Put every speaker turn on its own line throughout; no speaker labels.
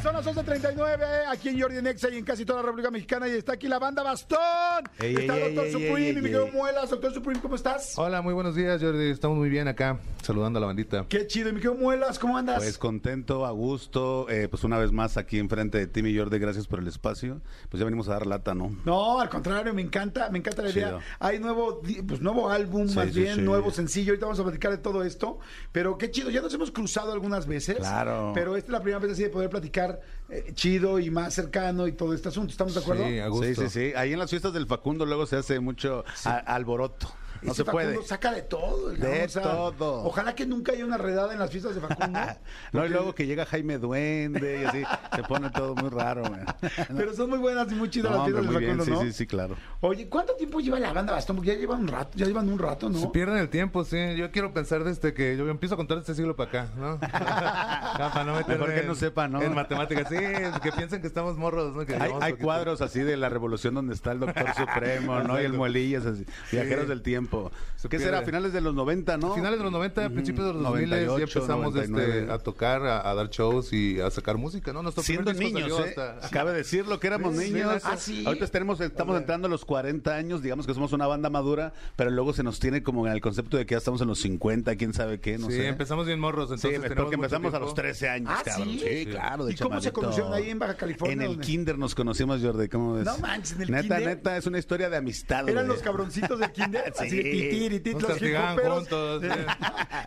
son las 11.39 aquí en Jordi Nexa y en casi toda la República Mexicana. Y está aquí la banda Bastón.
Ey,
está
ey,
Doctor
ey,
Supreme,
ey, ey,
mi querido
ey.
Muelas. Doctor Supreme, ¿cómo estás?
Hola, muy buenos días, Jordi. Estamos muy bien acá, saludando a la bandita.
Qué chido, mi querido Muelas, ¿cómo andas?
Pues contento, a gusto, eh, pues una vez más aquí enfrente de ti, mi Jordi, gracias por el espacio. Pues ya venimos a dar lata, ¿no?
no, al contrario, me encanta, me encanta la idea.
Chido.
Hay nuevo, di- pues nuevo álbum,
Sí,
más
sí,
bien,
sí.
nuevo sencillo. Ahorita vamos a platicar de todo esto. Pero qué chido, ya nos hemos cruzado algunas veces.
Claro.
Pero esta es la primera vez así de poder platicar eh, chido y más cercano y todo este asunto. ¿Estamos de acuerdo?
Sí, a gusto.
Sí, sí, sí. Ahí en las fiestas del Facundo luego se hace mucho a- alboroto. No
Ese
se puede.
Facundo saca de todo. el
De
cabrón,
todo.
Ojalá que nunca haya una redada en las fiestas de Facundo.
Ah, No,
porque-
y luego que llega Jaime Duende y así, se pone todo muy raro, man.
Pero son muy buenas y muy chidas
No,
las
hombre,
fiestas de
muy bien,
Facundo,
sí,
¿no?
sí, sí, claro.
Oye, ¿cuánto tiempo lleva la banda Bastón? Porque ya llevan un rato, ya llevan un rato, ¿no?
Se pierden el tiempo, sí. Yo quiero pensar desde que yo empiezo a contar este siglo para acá, ¿no? Ya, para no meterme
Mejor que
en-
no sepa, ¿no?
En matemáticas, sí, es que piensen que estamos morros, ¿no? Que
Hay,
llevamos
hay
poquito.
cuadros así de la revolución donde está el doctor supremo, ¿no? Y el
Exacto.
Muelillas, así. Viajeros del tiempo.
Se
¿Qué será?
pierde.
Finales de los 90, ¿no? Mm,
Finales de los 90, principios de los 2000 ya
98,
empezamos
99.
este, a tocar, a, a dar shows y a sacar música, ¿no? Nuestro primer
Siendo
disco
niños,
salió
¿eh?
hasta-
Cabe decirlo que éramos
Sí, sí,
niños.
ah,
sí.
Ahorita tenemos, eh, estamos entrando a los 40 años, digamos que somos una banda madura, pero luego se nos tiene como en el concepto de que ya estamos en los 50, quién sabe qué, no
sí,
sé.
empezamos bien morros,
Sí,
entonces tenemos
porque
mucho
empezamos a
tiempo.
los 13 años,
Ah,
cabrón.
¿sí?
Sí, claro, de
¿Y cómo se
chamalito.
conocieron ahí en Baja California,
En el
dónde?
kinder nos conocimos, Jordi, ¿cómo ves?
No manches, en el
neta,
kinder.
Neta, es una historia de amistad.
Eran
güey.
los cabroncitos de kinder,
Sí.
así de titir y
Nos
tit, los
castigaban
hipoperos,
juntos, sí.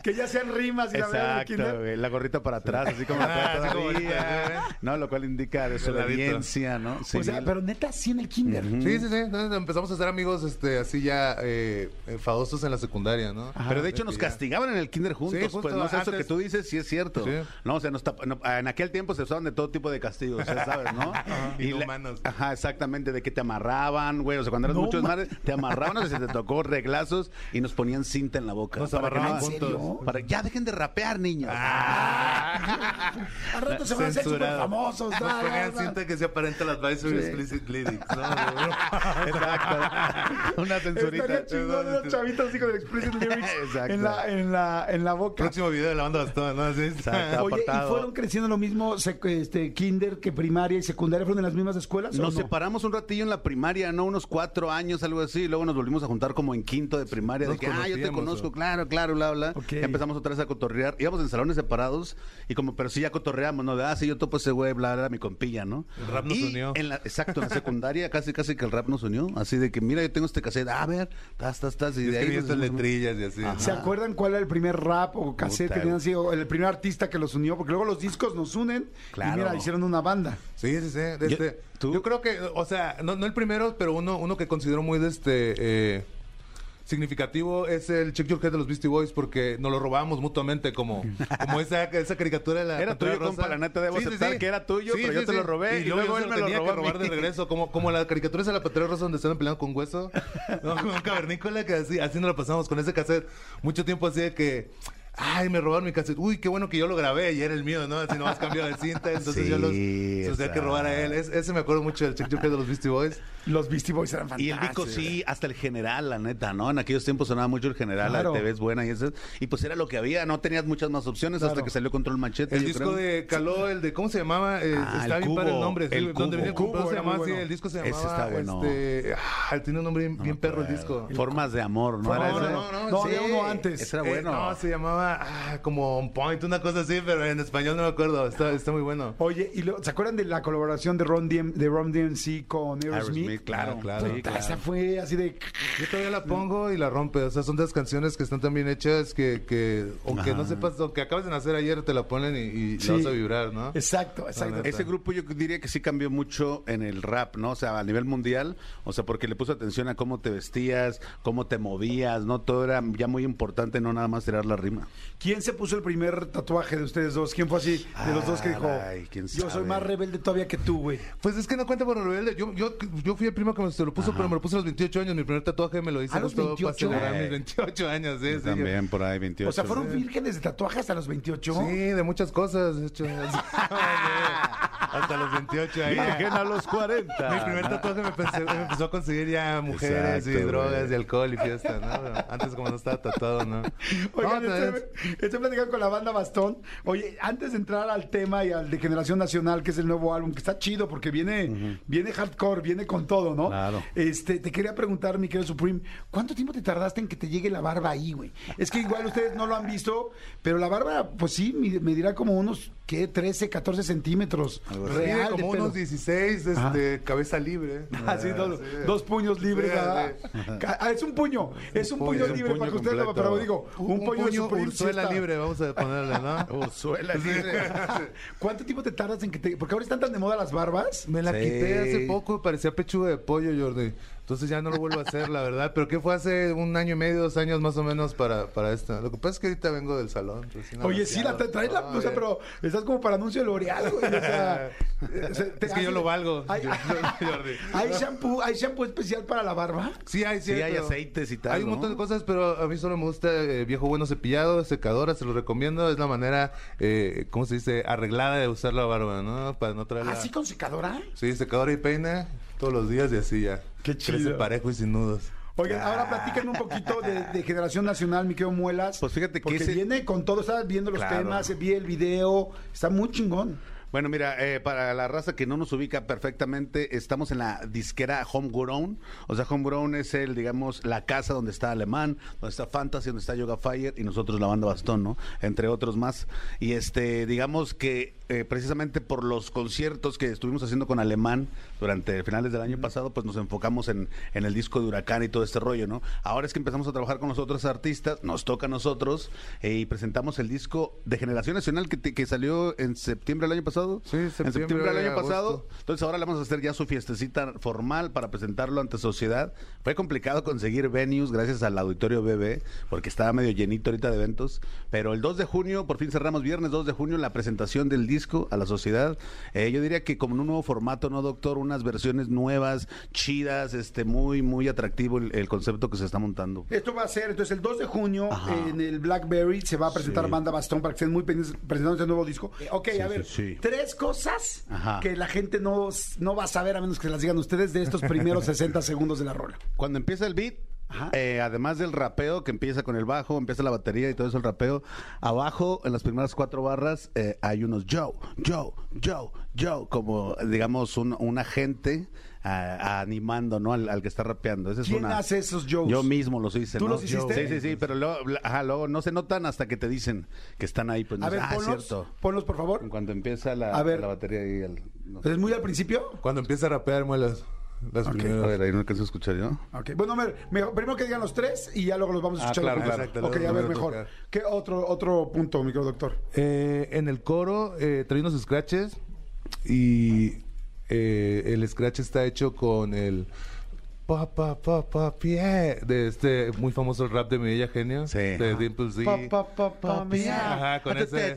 que ya sean rimas y la verdad del
Exacto,
kinder.
güey, la gorrita para atrás, así como
Ah,
la trae
así como
todavía,
ahorita, ¿eh?
No, lo cual indica desobediencia, ¿no?
o sea,
Civil.
pero neta, sí en el kinder.
Sí, sí, sí. Entonces empezamos a ser amigos este, así ya eh, enfadosos en la secundaria, ¿no?
Pero de hecho nos
que ya-
castigaban en el kinder juntos,
Sí, justo
pues no sé eso
antes-
que tú dices, sí es cierto.
Sí.
No, o sea, nos tap- no, en aquel tiempo se usaban de todo tipo de castigos, ya sabes, ¿no? la-
Inhumanos.
Ajá, exactamente, de que te amarraban, güey, o sea, cuando eras muchos más, te amarraban, o sea, se te tocó reglazos y nos ponían cinta en la boca.
Nos
Para que
amarraban
no-
juntos. Ah,
¿En serio? Para, ya dejen de rapear, niños.
Al rato se van a hacer súper
Censurado.
famosos.
Nos
da, da,
ponían
da.
cinta que se aparenta el advisory explicit lyrics, ¿no?
Exacto. Una censurita.
Estaría chingón unos chavitos así con el explicit lyrics
Exacto.
en la, en la, en la boca.
Próximo video de la banda Bastón, ¿no? Así está.
Exacto.
Ah, Oye, ¿y
apartado.
fueron creciendo lo mismo sec- este, kinder que primaria y secundaria? ¿Fueron en las mismas escuelas? o
Nos
no?
separamos un ratillo en la primaria, ¿no? Unos cuatro años, algo así. y Luego nos volvimos a juntar como en quinto de primaria.
Nos
de que, ah, yo te
conocíamos,
conozco,
¿no?
claro, claro, bla, bla.
Ok.
Ya empezamos otra vez a cotorrear. Íbamos en salones separados y como, pero sí ya cotorreamos, ¿no? De, ah, sí, yo topo ese güey, bla, bla, mi compilla, ¿no?
El rap nos
Y
unió.
en la- exacto, en la secundaria casi, casi que el rap nos unió. Así de que, mira, yo tengo este cassette, ah, a ver, tas, tas, tas. Y
Y
de ahí
escribí
nos
estas
hicimos un-
letrillas y así.
¿Se acuerdan cuál era el primer rap o cassette
Puta,
que tenían
güey.
así, o el primer artista que los unió? Porque luego los discos nos unen y
Claro.
mira, hicieron una banda.
Sí, sí, sí. de este,
¿tú?
Yo creo que, o sea, no, no el primero, pero uno, uno que considero muy de este. eh, significativo es el Check Your Head de los Beastie Boys porque nos lo robábamos mutuamente como, como esa, esa caricatura de la
Era
Pantera
tuyo, compa, la neta, debo aceptar que era tuyo, pero yo te lo robé y luego
se
él me lo
tenía
robó a
que robar
mí.
de regreso como, como la caricatura esa de la Pantera Rosa donde estaban peleando con hueso ¿no? con un cavernícola que así, así nos lo pasamos con ese cassette mucho tiempo así de que Ay, me robaron mi cassette. Uy, qué bueno que yo lo grabé y era el mío, ¿no? Así nomás cambiado de cinta. Entonces
Sí,
yo los, se los tenía que robar a él. Es- ese me acuerdo mucho del Check Your Head de los Beastie Boys.
Los Beastie Boys eran
Y
fantásticos.
el Vico sí, hasta el general, la neta, ¿no? En aquellos tiempos sonaba mucho el general,
Claro.
la de TV es buena y eso. Y pues era lo que había, no tenías muchas más opciones hasta
Claro.
que salió Control Machete.
El
yo
disco
creo.
de Caló, el de, ¿cómo se llamaba? Eh,
Ah,
está
el
bien para el
Cubo,
nombre. sí,
el
donde venía el
Cubo.
comprador
Cubo era
se llamaba
muy
así,
bueno.
el disco se
Ese
llamaba.
está bueno.
este, ah, tiene un nombre bien, bien perro el disco.
Formas de amor, ¿no?
No,
Era ese.
no, no,
No, había uno antes.
Ese era
Eh,
bueno.
no, se llamaba ah, como On Point, una cosa así, pero en español no me acuerdo. Está, está muy bueno.
Oye, ¿y lo- se acuerdan de la colaboración de Ron, DM de Ron DMC con Aerosmith?
Aerosmith, claro,
Ah,
claro.
claro.
Sí,
Puta,
claro.
Esa fue así de...
Yo todavía la pongo y la rompe. O sea, son de las canciones que están tan bien hechas que, que aunque no sepas, aunque acabes de nacer ayer, te la ponen y, y
Sí.
la vas a vibrar, ¿no?
Exacto, exacto.
neta.
Ese grupo yo diría que sí cambió mucho en el rap, ¿no? O sea, a nivel mundial, o sea, porque le puso atención a cómo te vestías, cómo te movías, ¿no? Todo era ya muy importante, no nada más tirar la rima.
¿Quién se puso el primer tatuaje de ustedes dos? ¿Quién fue así de los dos que dijo?
Ay, quién
Yo soy
sabe".
más rebelde todavía que tú, güey.
Pues es que no cuenta por rebelde. Yo, yo, yo fui el primo que me se lo puso, pero me lo puse a los 28 años. Mi primer tatuaje me lo hice
¿A los
justo
28?
para celebrar
Eh.
mis 28 años. Sí, sí.
También por ahí, 28.
O sea, ¿fueron vírgenes de tatuaje hasta los 28?
¿eh? Sí, de muchas cosas. de hecho. Hasta los 28 ahí.
Virgen a los 40.
Mi primer tatuaje me, empecé- me empezó a conseguir ya mujeres
Exacto,
y drogas
güey.
y alcohol y fiesta, ¿no? Antes como no estaba tatuado, ¿no?
Oigan, este,
No, también-
estoy, estoy platicando con la banda Bastón. Oye, antes de entrar al tema y al de Generación Nacional, que es el nuevo álbum, que está chido porque viene, viene hardcore, viene con todo, ¿no?
Claro.
Este, te quería preguntar, mi querido Supreme, ¿cuánto tiempo te tardaste en que te llegue la barba ahí, güey? Es que igual ustedes no lo han visto, pero la barba, pues sí, mi- me dirá como unos, ¿qué? 13, 14 centímetros.
Sí,
Real, de
pues, como
pelo.
unos 16, este, cabeza libre.
Así, dos,
Sí.
dos puños libres.
Sí,
¿verdad? Ca- ah, es un puño, es un puño,
puño, es un
libre para
puño
que ustedes lo
completo.
pero digo, un, puño, de Supreme sí
Ursuela
está-
libre, vamos a ponerle, ¿no? Ursuela libre.
¿Cuánto tiempo te tardas en que te.? Porque ahora están tan de moda las barbas.
Me la
Sí.
quité hace poco y parecía pechuga de pollo, Jordi. Entonces ya no lo vuelvo a hacer, la verdad. Pero ¿qué fue hace un año y medio, dos años más o menos para, para esto? Lo que pasa es que ahorita vengo del salón. recién
Oye, sí, la
anunciado.
te traes la.
Ah,
o sea,
bien.
pero estás como para anuncio de L'Oreal, güey. O sea, eh,
Es que yo lo valgo,
Hay,
Jordi.
hay shampoo, hay shampoo especial para la barba.
Sí, hay,
Sí, hay
pero-
aceites y tal,
Hay un
¿no?
montón de cosas, pero a mí solo me gusta eh, viejo bueno cepillado, secadora, se lo recomiendo. Es la manera, eh, ¿cómo se dice? Arreglada de usar la barba, ¿no? Para no traerla.
Así con secadora.
Sí, secadora y peina todos los días y así ya.
Qué chido.
Crece parejo y sin nudos.
Oigan, ahora platican un poquito de, de Generación Nacional, mi querido Muelas.
Pues fíjate que
Porque
ese-
viene con todo, estaba viendo los
Claro.
temas, vi el video, está muy chingón.
Bueno, mira, eh, para la raza que no nos ubica perfectamente, estamos en la disquera Homegrown. O sea, Homegrown es el, digamos, la casa donde está Alemán, donde está Fantasy, donde está Yoga Fire y nosotros la banda Bastón, ¿no? Entre otros más. Y este, digamos que eh, precisamente por los conciertos que estuvimos haciendo con Alemán durante finales del año pasado, pues nos enfocamos en, en el disco de Huracán y todo este rollo, ¿no? Ahora es que empezamos a trabajar con los otros artistas, nos toca a nosotros eh, y presentamos el disco de Generación Nacional que, te- que salió en septiembre del año pasado.
Sí,
en
septiembre,
septiembre del año
agosto.
pasado. Entonces ahora le vamos a hacer ya su fiestecita formal para presentarlo ante sociedad. Fue complicado conseguir venues gracias al auditorio BB, porque estaba medio llenito ahorita de eventos. Pero el 2 de junio, por fin cerramos viernes 2 de junio, la presentación del disco a la sociedad. Eh, yo diría que como en un nuevo formato, ¿no, doctor? Unas versiones nuevas, chidas, este, muy, muy atractivo el, el concepto que se está montando.
Esto va a ser, entonces, el 2 de junio
Ajá.
en el Blackberry se va a presentar Banda Bastón para que estén muy pendientes presentando este nuevo disco. Eh, Ok, a ver,
sí, sí.
tres cosas
Ajá.
que la gente no, no va a saber a menos que las digan ustedes de estos primeros 60 segundos de la rola.
Cuando empieza el beat,
Ajá.
eh, además del rapeo que empieza con el bajo, empieza la batería y todo eso el rapeo, abajo en las primeras cuatro barras eh, hay unos yo, yo, yo, yo, como digamos un, un agente ah, animando ¿no? al, al que está rapeando. Esa es
¿Quién
una-
hace esos Joes?
Yo mismo los hice.
¿Tú
¿no?
los hiciste?
Sí, sí, sí, pero luego, bla- ajá, luego no se notan hasta que te dicen que están ahí. Pues, no
A
sé,
ver,
ah, es
ponlos,
cierto.
ponlos, por favor.
En cuanto empieza la,
A ver.
la batería y el... no sé.
¿Es muy al principio?
Cuando empieza a rapear, muelas. Las
A
primeras.
ver, ahí no alcanzo a escuchar yo.
Ok, bueno, a ver, mejor- primero que digan los tres y ya luego los vamos a
Ah,
escuchar.
claro,
juntos.
claro.
Exacto,
Ok, a
luego
ver,
los voy a
mejor.
tocar.
¿Qué otro, otro punto, micro doctor?
Eh, en el coro eh, trae unos scratches y eh, el scratch está hecho con el pa pa pa pa pie de este muy famoso rap de mi bella genio
Sí.
de Dimple Z.
Pa, pa, pa, pa,
Sí,
pie.
Ajá, con ese.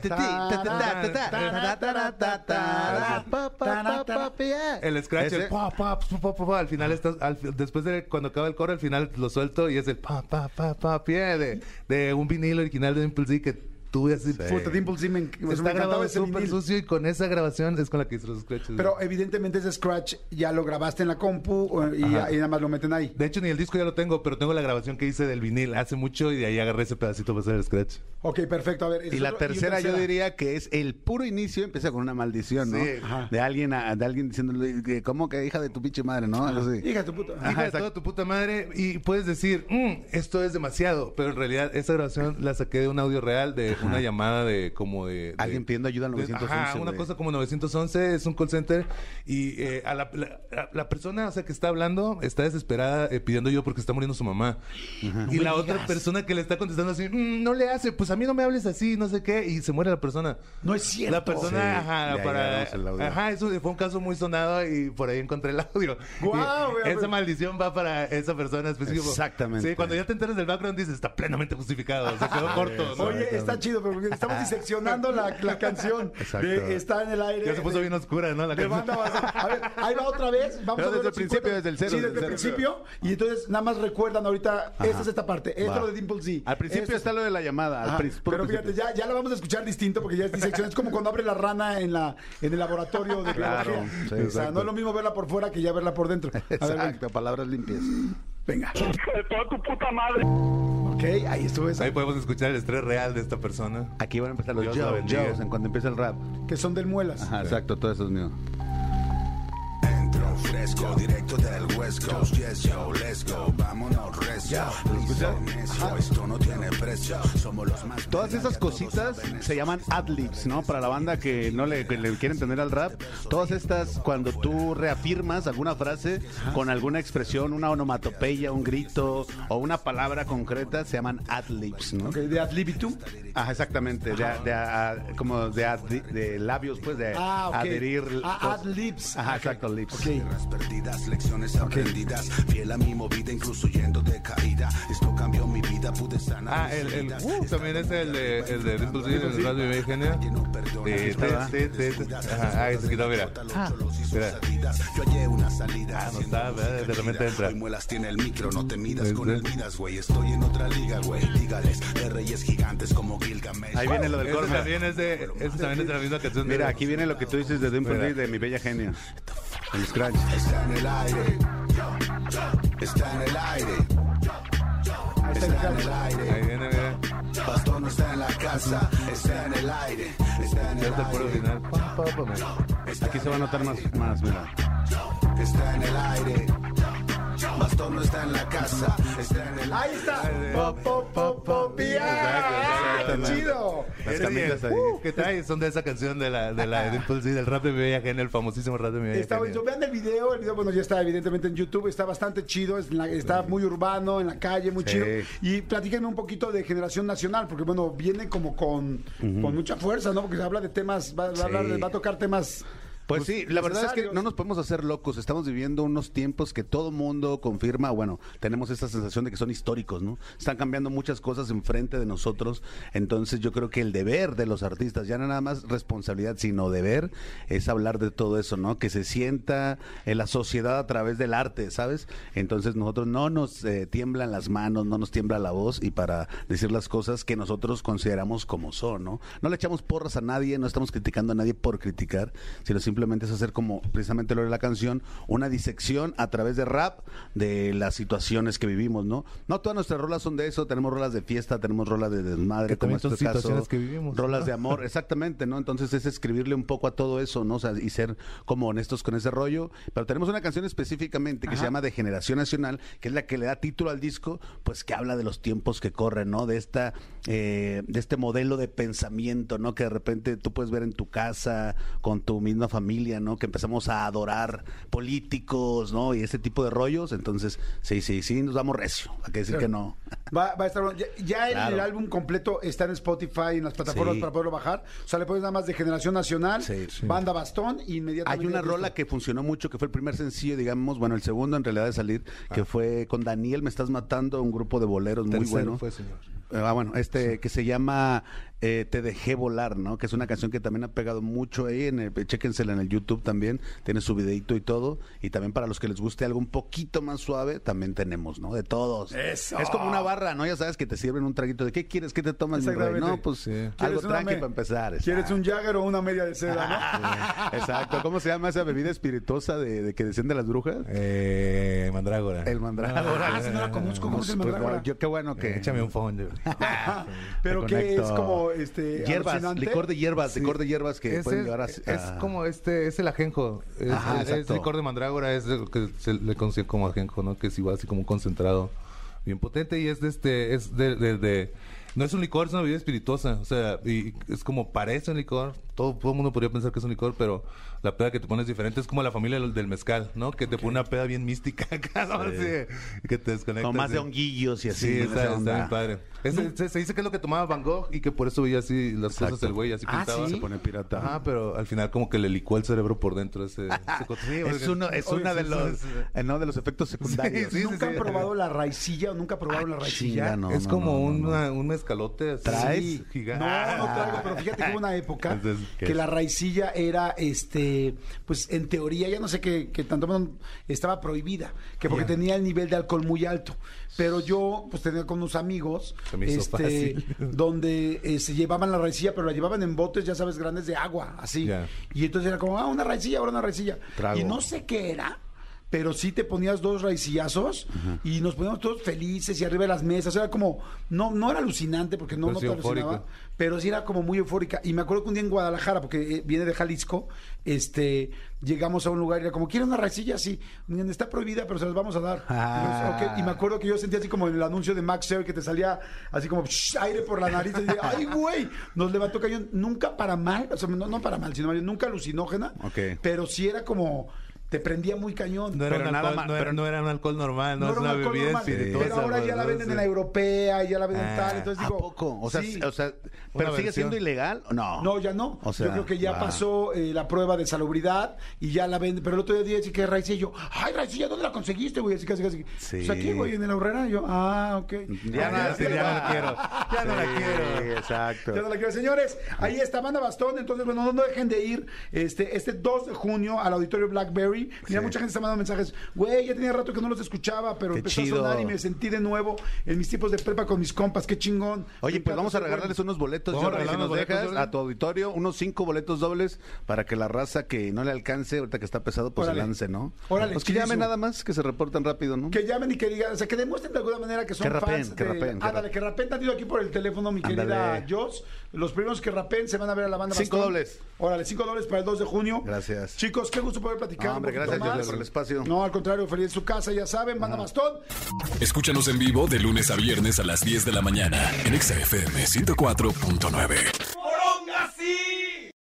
El scratch, el
Ese.
pa, pa, pa, pa, pa, pa, al final estás, al fi- después de cuando acaba el coro, al final lo suelto y es el pa, pa, pa, pa, pie de, de un vinilo original de Dimple Z que tuve así.
Eh,
Puta, Dimple sí me, enc- me
Está
encantaba
grabado
ese
súper
vinil.
sucio y con esa grabación es con la que hice los scratches.
Pero evidentemente ese scratch ya lo grabaste en la compu o- y,
Ajá.
y nada más lo meten ahí.
eh, De hecho, ni el disco ya lo tengo, pero tengo la grabación que hice del vinil hace mucho y de ahí agarré ese pedacito para hacer el scratch.
Ok, perfecto. A ver.
Y la tercera yo diría que es el puro inicio, empieza con una maldición, ¿no?
Sí.
De alguien a- de alguien diciéndole que, ¿cómo que hija de tu pinche madre, no? Algo así.
Hija de tu puta.
Hijo de
exacto.
toda tu puta madre y puedes decir, "Mm, esto es demasiado, pero en realidad esa grabación la saqué de un audio real de
Ajá.
una llamada de como de... de-
Alguien pidiendo ayuda al
de-
911,
Ajá, una
güey.
cosa como 911, es un call center y eh, a la, la- la- la persona, o sea, que está hablando, está desesperada eh, pidiendo ayuda porque está muriendo su mamá. Y la otra persona que le está contestando así, "Mm, no le hace, pues a mí no me hables así, no sé qué, y se muere la persona.
No es cierto.
La persona,
Sí,
ajá,
de ahí
para-
agarramos el audio.
ajá, eso fue un caso muy sonado y por ahí encontré el audio.
Guau,
Y
güey, a
esa
ver.
maldición va para esa persona específica.
Exactamente.
Sí, cuando ya te enteras del background dices, está plenamente justificado, se quedó corto. ¿no?
Oye, está chido, pero porque estamos diseccionando la, la canción.
Ah. Exacto.
de está en el aire.
ya se puso bien oscura, ¿no? La
de
canción.
banda Basada. A ver, ahí va otra vez. Vamos
Pero
a ver
desde
los
el principio,
50.
desde el cero,
Sí, desde,
desde
el
el cero.
principio. Y entonces nada más recuerdan ahorita, esta es esta parte, esto
Va.
lo de Dimple Z.
Al principio
esto-
está lo de la llamada. al
Ajá,
prin- puro
pero fíjate,
principio.
ya, ya la vamos a escuchar distinto porque ya es disección. Es como cuando abre la rana en la en el laboratorio de
Claro,
biología.
sí,
o sea,
exacto.
no es lo mismo verla por fuera que ya verla por dentro. A ver,
Exacto, palabras limpias.
venga.
de toda tu puta madre.
Ok, ahí estuvo esa.
Ahí podemos escuchar el estrés real de esta persona.
Aquí van a empezar los
Dios la
yo,
bendiga.
yo's, en cuanto empieza el rap.
Que son del muelas.
Ajá, exacto, todo eso es mío.
Entro fresco, directo del West Coast. Yes, yo, let's go. Vámonos, recio. Listo, necio, esto no tiene precio. Somos los más.
Todas esas cositas se llaman adlibs, ¿no? Para la banda que no le, que le quiere entender al rap. Todas estas, cuando tú reafirmas alguna frase con alguna expresión, una onomatopeya, un grito o una palabra concreta, se llaman adlibs, ¿no?
Ok, de Adlibitum.
Ajá, exactamente. De, a- de a- a- como de, adhi- de labios, pues, de
Ah, ok.
adherir.
Ah,
cos-
adlibs.
Ajá,
Ok.
exacto, lips.
Guerras perdidas, lecciones aprendidas. Fiel a mi movida, incluso yendo de caída. Esto cambió mi vida, pude sanar.
Ah, el, el uh, también es el de el de Little City, el radio de Virginia. Sí, sí, sí, sí, sí. Ajá, ahí se quitó, mira. Mira.
Yo hallé una salida.
Ah, no está, ¿verdad? de repente entra.
Hoy muelas tiene el micro, no te midas con el Midas, güey. Estoy en otra liga, güey. Dígales, de reyes gigantes como Gilgamesh.
Ahí viene lo del
Este
corte.
también es de, este también es de la misma canción. de-
Mira, aquí viene lo que tú dices de Dimple
Mira.
D de mi bella genio. El scratch.
Está en el aire. Está en el aire. Está en el aire.
Ahí viene, mira.
Pastor no está en la casa. Está en el aire. Está en
Ya
el
está el puro
aire.
final. Pam, pam, pam, mira.
Aquí se va a notar más, más, mira.
Está en el aire. Pastor no está en la casa. Está en el aire.
Ahí está. Pop, pop, pop, pop, y- ¡ah!
Exacto, exactamente.
Chido.
Las
Ese
camisas
bien.
ahí.
Uh, ¿Qué trae? Son de esa canción de la, de la de Dimple Z, del rap de mi bella Genio, el famosísimo rap de mi bella
Está
Genio.
bonito. Vean el video, el video, bueno, ya está evidentemente en YouTube, está bastante chido, es en la- está muy urbano, en la calle, muy
Sí.
chido. Y platíquenme un poquito de Generación Nacional, porque bueno, viene como con, con mucha fuerza, ¿no? Porque se habla de temas, va, va a hablar de- va a tocar temas...
Pues
pues,
sí, la verdad es que
necesarios.
no nos podemos hacer locos. Estamos viviendo unos tiempos que todo mundo confirma. Bueno, tenemos esta sensación de que son históricos, ¿no? Están cambiando muchas cosas enfrente de nosotros. Entonces, yo creo que el deber de los artistas, ya no nada más responsabilidad, sino deber, es hablar de todo eso, ¿no? Que se sienta en la sociedad a través del arte, ¿sabes? Entonces, nosotros no nos eh, tiemblan las manos, no nos tiembla la voz y para decir las cosas que nosotros consideramos como son, ¿no? No le echamos porras a nadie, no estamos criticando a nadie por criticar, sino simplemente es hacer como precisamente lo de la canción, una disección a través de rap de las situaciones que vivimos, ¿no? No todas nuestras rolas son de eso, tenemos rolas de fiesta, tenemos rolas de desmadre,
Que
como
también
este
son
caso,
situaciones que vivimos.
rolas de amor, exactamente, ¿no? Entonces es escribirle un poco a todo eso, ¿no? O sea, y ser como honestos con ese rollo. Pero tenemos una canción específicamente que se llama De Generación Nacional, que es la que le da título al disco, pues que habla de los tiempos que corren, ¿no? De esta, eh, de este modelo de pensamiento, ¿no? Que de repente tú puedes ver en tu casa, con tu misma familia, ¿no? Que empezamos a adorar políticos, ¿no? Y ese tipo de rollos. Entonces, sí, sí, sí, nos damos recio. Hay que decir que no.
Va, va a estar bueno. Ya, ya el-
Claro.
el álbum completo está en Spotify, en las plataformas
Sí.
para poderlo bajar. O sea, le pones nada más de Generación Nacional,
Sí, sí.
Banda Bastón, y inmediatamente...
Hay una
ya listo.
rola que funcionó mucho, que fue el primer sencillo, digamos, bueno, el segundo en realidad de salir,
Ah.
que fue con Daniel Me Estás Matando, un grupo de boleros muy
Tercero
bueno.
fue, señor.
Eh, ah, bueno, este que se llama eh, Te Dejé Volar, ¿no? Que es una canción que también ha pegado mucho ahí, en el, chéquensela en el YouTube también, tiene su videito y todo. Y también para los que les guste algo un poquito más suave, también tenemos, ¿no? De todos.
¡Eso!
Es como una barra, ¿no? Ya sabes que te sirven un traguito de ¿qué quieres? ¿Qué te tomas, mi rey?
Exactamente.
No, pues
Sí.
algo
¿Quieres una
tranqui
me-
para empezar.
¿Quieres
exacto.
un Jagger o una media de seda, no?
Exacto. ¿Cómo se llama esa bebida espirituosa de, de que desciende las brujas?
Eh, Mandrágora.
El mandrágora.
Ah, sí, no la conozco. ¿Cómo se
Pues,
llama?
no, yo qué bueno que.
Eh, Échame un fondo.
Ajá. Pero
Te
que es
conecto.
como este
Hierbas,
alucinante.
licor de hierbas, licor de hierbas que
Ese
pueden
es,
llevar a.
es
a-
como este, es el ajenjo. Es,
Ajá,
es- es
exacto.
licor de mandrágora, es lo que se le conoce como ajenjo, ¿no? Que es igual así como un concentrado bien potente y es de este, es de, de- de- No es un licor, es una bebida espirituosa. O sea, y es como parece un licor. Todo, todo el mundo podría pensar que es un licor, pero la peda que te pones es diferente. Es como la familia del del mezcal, ¿no? Que te pone una peda bien mística acá, ¿no? Así, que te desconecta.
Tomás de
así.
honguillos y así.
Sí,
¿no?
está,
Esa
está
onda.
bien padre. Ese- se, se dice que es lo que tomaba Van Gogh y que por eso veía así las cosas
Exacto.
del güey, así
Ah,
pintaba.
¿sí?
Se pone pirata.
Ajá, pero al final como que le licuó el cerebro por dentro ese, ese coto. Sí,
es
porque-
uno, es
Oye,
una
sí,
de
sí,
los,
sí.
eh, no, de los efectos secundarios.
Sí, sí,
¿Nunca
sí.
han probado la raicilla o nunca probaron la raicilla?
chinga, no,
es
no,
como
no, no,
una- un mezcalote así
¿Traes?
gigante.
No, no traigo, pero fíjate que hubo una época
Ah. Entonces, ¿qué
que
es?
la raicilla era, este, pues en teoría, ya no sé qué qué tanto bueno, estaba prohibida, que porque
Ya.
tenía el nivel de alcohol muy alto. Pero yo, pues tenía con unos amigos,
Se me hizo
este,
fácil.
donde eh, se llevaban la raicilla, pero la llevaban en botes, ya sabes, grandes de agua, así.
Ya.
Y entonces era como, ah, una raicilla, ahora una raicilla.
Trago.
Y no sé qué era. Pero sí te ponías dos raicillazos y nos poníamos todos felices y arriba de las mesas. Era como, no, no era alucinante porque no,
Pero
no
sí
te alucinaba
eufórico.
pero sí era como muy eufórica. Y me acuerdo que un día en Guadalajara, porque eh, viene de Jalisco, este, llegamos a un lugar y era como, ¿quieren una raicilla? Sí, miren, está prohibida, pero se las vamos a dar.
Ah.
Y yo, "Ok". Y me acuerdo que yo sentía así como en el anuncio de Max Sherry que te salía así como psh, aire por la nariz. Y dije, ¡ay, güey! Nos levantó cañón, nunca para mal, o sea, no, no para mal, sino más bien nunca alucinógena,
Ok.
pero sí era como, te prendía muy cañón.
Ah, No era,
Pero
un
nada
alcohol,
más-
no, era,
pero-
no era un alcohol normal, no,
No
es
era un
una
alcohol
bebida
normal,
espirituosa.
pero ahora
pues,
ya la
¿no?
venden en
Sí.
la europea y ya la venden
Ah,
tal. Entonces
¿A
digo,
poco? O sea,
sí.
o sea ¿pero sigue
versión.
siendo ilegal? No.
No, ya no.
O sea,
Yo creo que ya
va.
pasó eh, la prueba de salubridad y ya la vende. Pero el otro día dije que es raicilla y yo, ay, raicilla, ¿dónde la conseguiste, güey? Así casi, casi.
Sí.
Pues aquí, güey, en el ahorrera. Y yo, ah, ok.
Ya
Ya
no,
no, sí, ya no la quiero. Ya no la quiero.
Exacto.
Ya no la quiero. Señores, ahí está Banda Bastón. Entonces, bueno, no, no dejen de ir este, este 2 de junio al auditorio Blackberry. Mira, mucha gente está mandando mensajes. Güey, ya tenía rato que no los escuchaba, pero
Qué
empezó
chido.
a sonar y me sentí de nuevo en mis tiempos de prepa con mis compas. Qué chingón.
Oye,
Me
pues
encanta
vamos a
ser bueno.
regalarles unos boletos,
Vamos a
Jordi, si
regalar
nos
unos boletos,
dejas
Jordi.
a tu auditorio, unos cinco boletos dobles para que la raza que no le alcance, ahorita que está pesado, pues
Órale.
se lance, ¿no?
Órale,
Pues que llamen
chidísimo.
nada más, que se reportan rápido, ¿no?
Que llamen y que digan, o sea, que demuestren de alguna manera que son
Que rapeen,
fans.
que
de-
rapeen, que
ándale,
rap-
que rapeen tantito aquí por el teléfono, mi
Ándale.
querida Jos. Los primeros que rapeen se van a ver a la banda.
Cinco
Bastón.
dobles.
Órale, cinco dobles para el 2 de junio.
Gracias.
Chicos, qué gusto poder platicar.
No,
un
hombre,
poquito
gracias,
más.
Jordi, por el espacio.
No, al contrario, feliz su casa, ya saben, banda Bastón.
Escúchanos en vivo de lunes a viernes a las 10 de la mañana en Exa FM 104.9.